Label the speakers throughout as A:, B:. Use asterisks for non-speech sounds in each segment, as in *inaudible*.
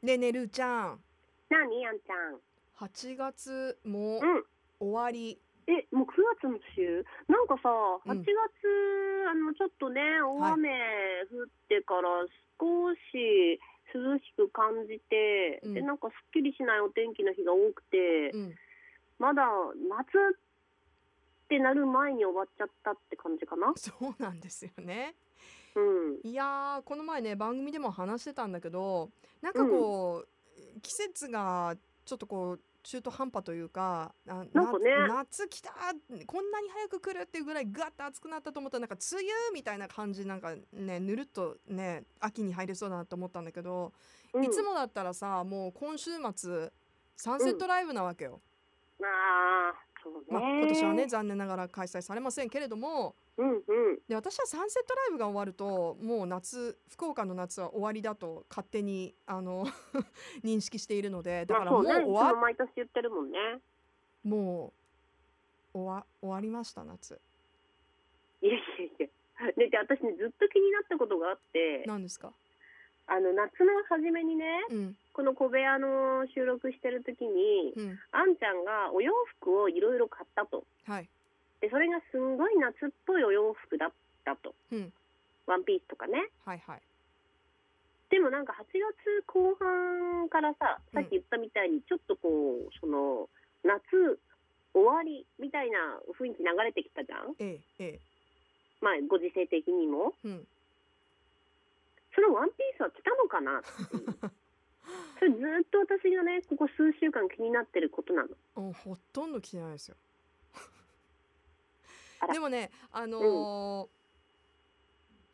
A: ねえねえるーちゃん
B: なに、あんちゃん。
A: 8月も
B: うん。
A: 終わり
B: え、もう9月の週なんかさ、
A: うん
B: 8月、あの、ちょっとね、大雨降ってから少し涼しく感じて、
A: うん
B: で、なんかすっきりしないお天気の日が多くて、
A: うん
B: まだ夏ってなる前に終わっちゃったって感じかな。
A: そうなんですよね
B: うん。
A: いやーこの前ね番組でも話してたんだけどなんかこう、季節がちょっとこう中途半端というかな
B: なんかね
A: な夏来たこんなに早く来るっていうぐらいガッと暑くなったと思ったらなんか梅雨みたいな感じなんかねぬるっとね秋に入れそうだなと思ったんだけど、
B: うん、
A: いつもだったらさもう今週末サンセットライブなわけよ、
B: ああ、そうね。
A: まあ、今年はね。残念ながら開催されませんけれども
B: うんうん。
A: で私はサンセットライブが終わるともう夏福岡の夏は終わりだと勝手にあの *laughs* 認識しているのでだから
B: ま
A: も
B: あ、
A: う
B: そうね。いつ
A: 終わ,、
B: も毎年言ってるもんね。
A: もう終わ終わりました夏
B: いやいやいや。で、で私ね、ずっと気になったことがあって、
A: 何ですか
B: あの、夏の初めにね、
A: うん
B: この小部屋の収録してる時に、
A: うん
B: あんちゃんがお洋服をいろいろ買ったと。
A: はい
B: で、それがすんごい夏っぽいお洋服だったと。
A: うん
B: ワンピースとかね。
A: はいはい
B: でもなんか8月後半からさ、さっき言ったみたいに、ちょっとこう、その、夏終わりみたいな雰囲気流れてきたじゃん
A: えええ
B: まあ、ご時世的にも。
A: えうん
B: そのワンピースは着たのかなっていう。
A: *laughs*
B: それずっと私がね、ここ数週間気になってることなの。
A: うんほとんど着てないですよ
B: あら
A: でもねあのー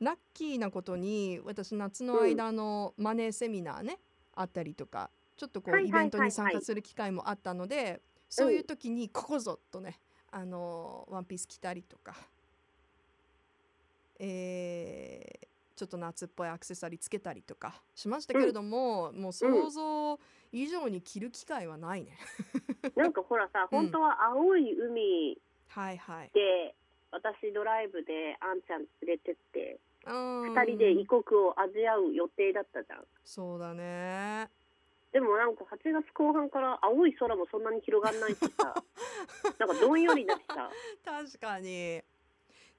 A: ラッキーなことに私夏の間のマネーセミナーね、あったりとかちょっとこ
B: は
A: う
B: い
A: イ
B: は
A: ベ
B: いはい
A: ントに参加する機会もあったので、そういう時にここぞとねあのーワンピース着たりとか、えーちょっと夏っぽいアクセサリーつけたりとかしましたけれども、もう想像以上に着る機会はないね。
B: なんかほらさ、
A: うん
B: 本当は青い海
A: はいはい。
B: で、私ドライブであんちゃん連れてって、
A: 二
B: 二人で異国を味わう予定だったじゃん。
A: そうだね。
B: でもなんか8月後半から青い空もそんなに広がんないし
A: *laughs*
B: さ、なんかどんよりだしさ、
A: 確かに。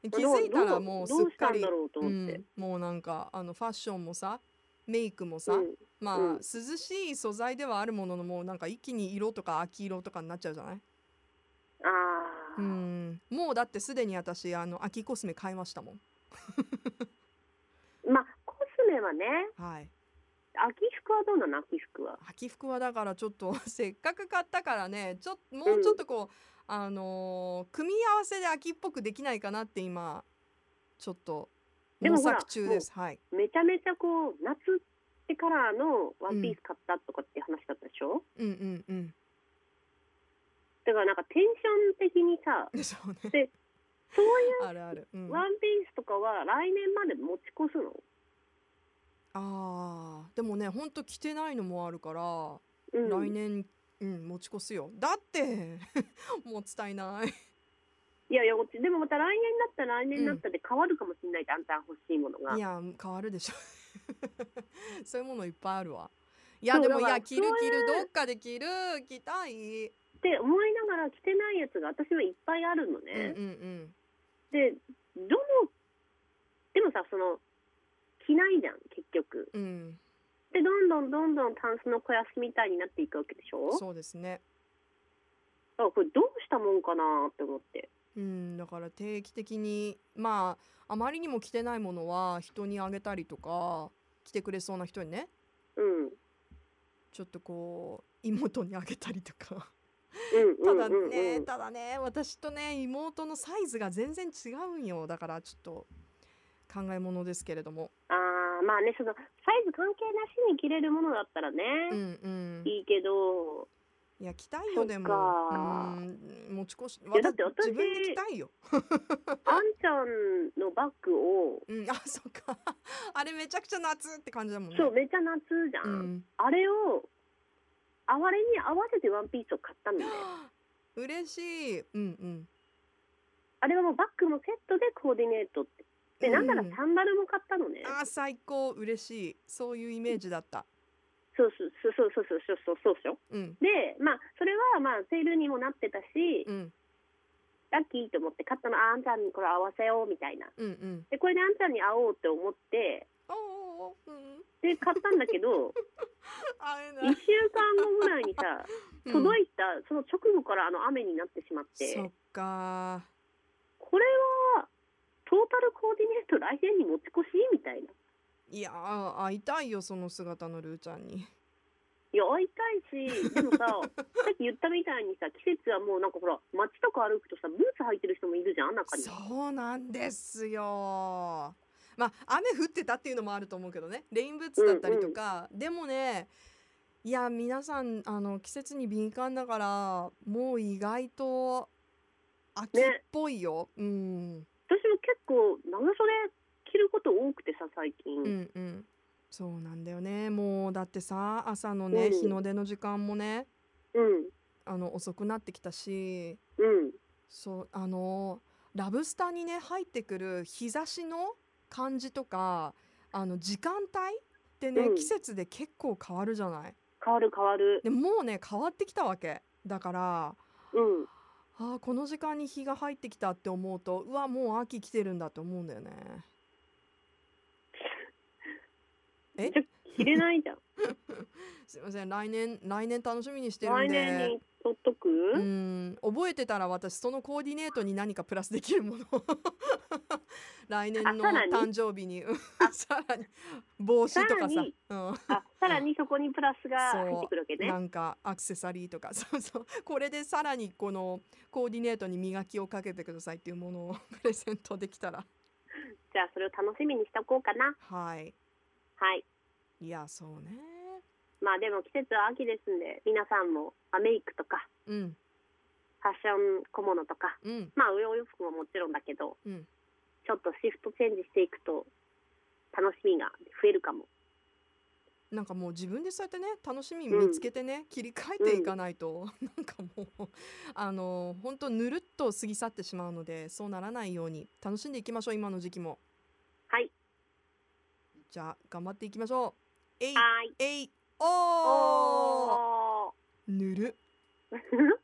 A: 気づいたらもうす
B: どう
A: っ
B: どうした
A: か
B: ん
A: り
B: だ、ろうと
A: う
B: 思って
A: ん。、もうなんかあのファッションもさ、メイクも
B: う
A: さ、
B: ん
A: まあ、
B: うん
A: 涼しい素材ではあるもののもうなんか一気に色とか秋色とかになっちゃうじゃない？
B: あ
A: う
B: あ、
A: ん。もうだってすでに私あの秋コスメ買いましたもん。
B: まあコスメはね、
A: はい。
B: 秋服はどうなの秋服は。
A: 秋服はだからちょっと *laughs* せっかく買ったからね、ちょっともうちょっとこう、あのー組み合わせで秋っぽくできないかなって今ちょっと
B: で
A: 模
B: もほら
A: 索中です。はい。
B: めちゃめちゃこう夏ってカラーのワンピース買ったとかって話だったでしょ、
A: うんうんうん。
B: だからなんかテンション的に
A: *laughs*
B: さ、
A: でしょうね。
B: でそうい
A: あるある。うん、
B: う
A: あ
B: ワンピースとかは来年まで持ち越すの
A: あーでもねほんと着てないのもあるから、
B: うん、
A: 来年、うん、持ち越すよだって *laughs* もったいない
B: いやいや、こっちでもまた来年だったら来年だったで変わるかもしれないじゃん、あんた欲しいものが。
A: いや変わるでしょ *laughs* そういうものいっぱいあるわいや
B: そう
A: でもい
B: だから
A: や着る
B: そう
A: 着
B: いう
A: るどっかで着る着たい、
B: って思いながら着てないやつが私はいっぱいあるの
A: うん
B: ね。
A: うん
B: で、どの、でもさ、その、着ないじゃん、結局。
A: うんうん
B: で、どんどんどんどんタンスの肥やしみたいになっていくわけでしょだか
A: そうですね
B: らこれどうしたもんかなって思って。
A: うんだから定期的にまああまりにも着てないものは人にあげたりとか着てくれそうな人にね
B: うん。
A: ちょっとこう妹にあげたりとか
B: う
A: た
B: んうん
A: だ
B: うん、うん。
A: ねただね私とね妹のサイズが全然違うんよだからちょっと考えものですけれども
B: ああ、まあね、その、サイズ関係なしに着れるものだったらね、
A: うんうん
B: いいけど、
A: いや着たい
B: そ
A: よ
B: っ
A: でも
B: か
A: うん持ち越し
B: やだって
A: 自
B: 私
A: 分で着たいよ、
B: あんちゃんのバッグを、
A: うん、あそっか *laughs* あれめちゃくちゃ夏って感じだもんね
B: そう、めっちゃ夏じゃ。
A: うんん、
B: あれを、あれに合わせてワンピースを買った
A: *gasps*
B: んだよね。
A: 嬉しいうんうん
B: あれはもうバッグもセットでコーディネートって。で、なんなら
A: うん
B: サンダルも買ったのね。
A: あー最高嬉しいそういうイメージだった
B: そうそうそうそうそうそうそうそうそう
A: うん
B: でまあそれはまあセールにもなってたし、
A: うん
B: ラッキーと思って買ったのああんちゃんにこれ合わせようみたいな
A: うんうん
B: でこれであんちゃんに会おうって思って
A: おーおーおーうん
B: で買ったんだけ
A: *laughs*
B: ど
A: 会えな
B: 1
A: い
B: 週間後ぐらいにさ届いたその直後からあの雨になってしまって、
A: うん、そっか
B: これはトータルコーディネート来年に持ち越しみたいな。
A: いやー会いたいよその姿のルーちゃんに
B: いや会いたいしでも
A: *laughs*
B: ささっき言ったみたいにさ季節はもうなんかほら街とか歩くとさブーツ履いてる人もいるじゃん中に
A: そうなんですよまあ雨降ってたっていうのもあると思うけどねレインブーツだったりとか、でもねいや皆さんあの季節に敏感だからもう意外と秋っぽいよ、うん、
B: 私も結構長袖着ること多くてさ最近、
A: うんうんそうなんだよねもうだってさ朝のね、
B: うん
A: 日の出の時間もね
B: うん
A: あの遅くなってきたし
B: うん
A: そうあのラブスターにね入ってくる日差しの感じとかあの時間帯ってね、
B: うん
A: 季節で結構変わるじゃない
B: 変わる変わる
A: でもうね変わってきたわけだから
B: うん
A: あーこの時間に日が入ってきたって思うとうわもう秋来てるんだと思うんだよねえ
B: じゃ着れな
A: *laughs*
B: いじゃん
A: すいません来年来年楽しみにしてるん
B: 来
A: で
B: 年に取っとく、
A: うん覚えてたら私そのコーディネートに何かプラスできるもの *laughs* を来年の
B: あさらに
A: 誕生日にうん *laughs* さらに帽子とか
B: さら
A: さ
B: に、
A: うん
B: あさらにそこにプラスが入ってくるわけね
A: なんかアクセサリーとか *laughs* そうそうこれでさらにこのコーディネートに磨きをかけてくださいっていうものを *laughs* プレゼントできたら
B: じゃあそれを楽しみにしとこうかな
A: はい
B: はい
A: いやそうね
B: まあでも季節は秋ですんで皆さんもアメイクとか
A: うん
B: ファッション小物とか
A: うん
B: まあお洋服ももちろんだけど
A: うん
B: ちょっとシフトチェンジしていくと楽しみが増えるかも
A: なんかもう自分でそうやってね楽しみ
B: うん
A: 見つけてね、切り替えていかないと、 *laughs* なんかもうあの本当ぬるっと過ぎ去ってしまうのでそうならないように楽しんでいきましょう今の時期も
B: はい
A: じゃあ頑張っていきましょうえい
B: はーい
A: えいおー
B: おー
A: ぬる
B: *laughs* ぬる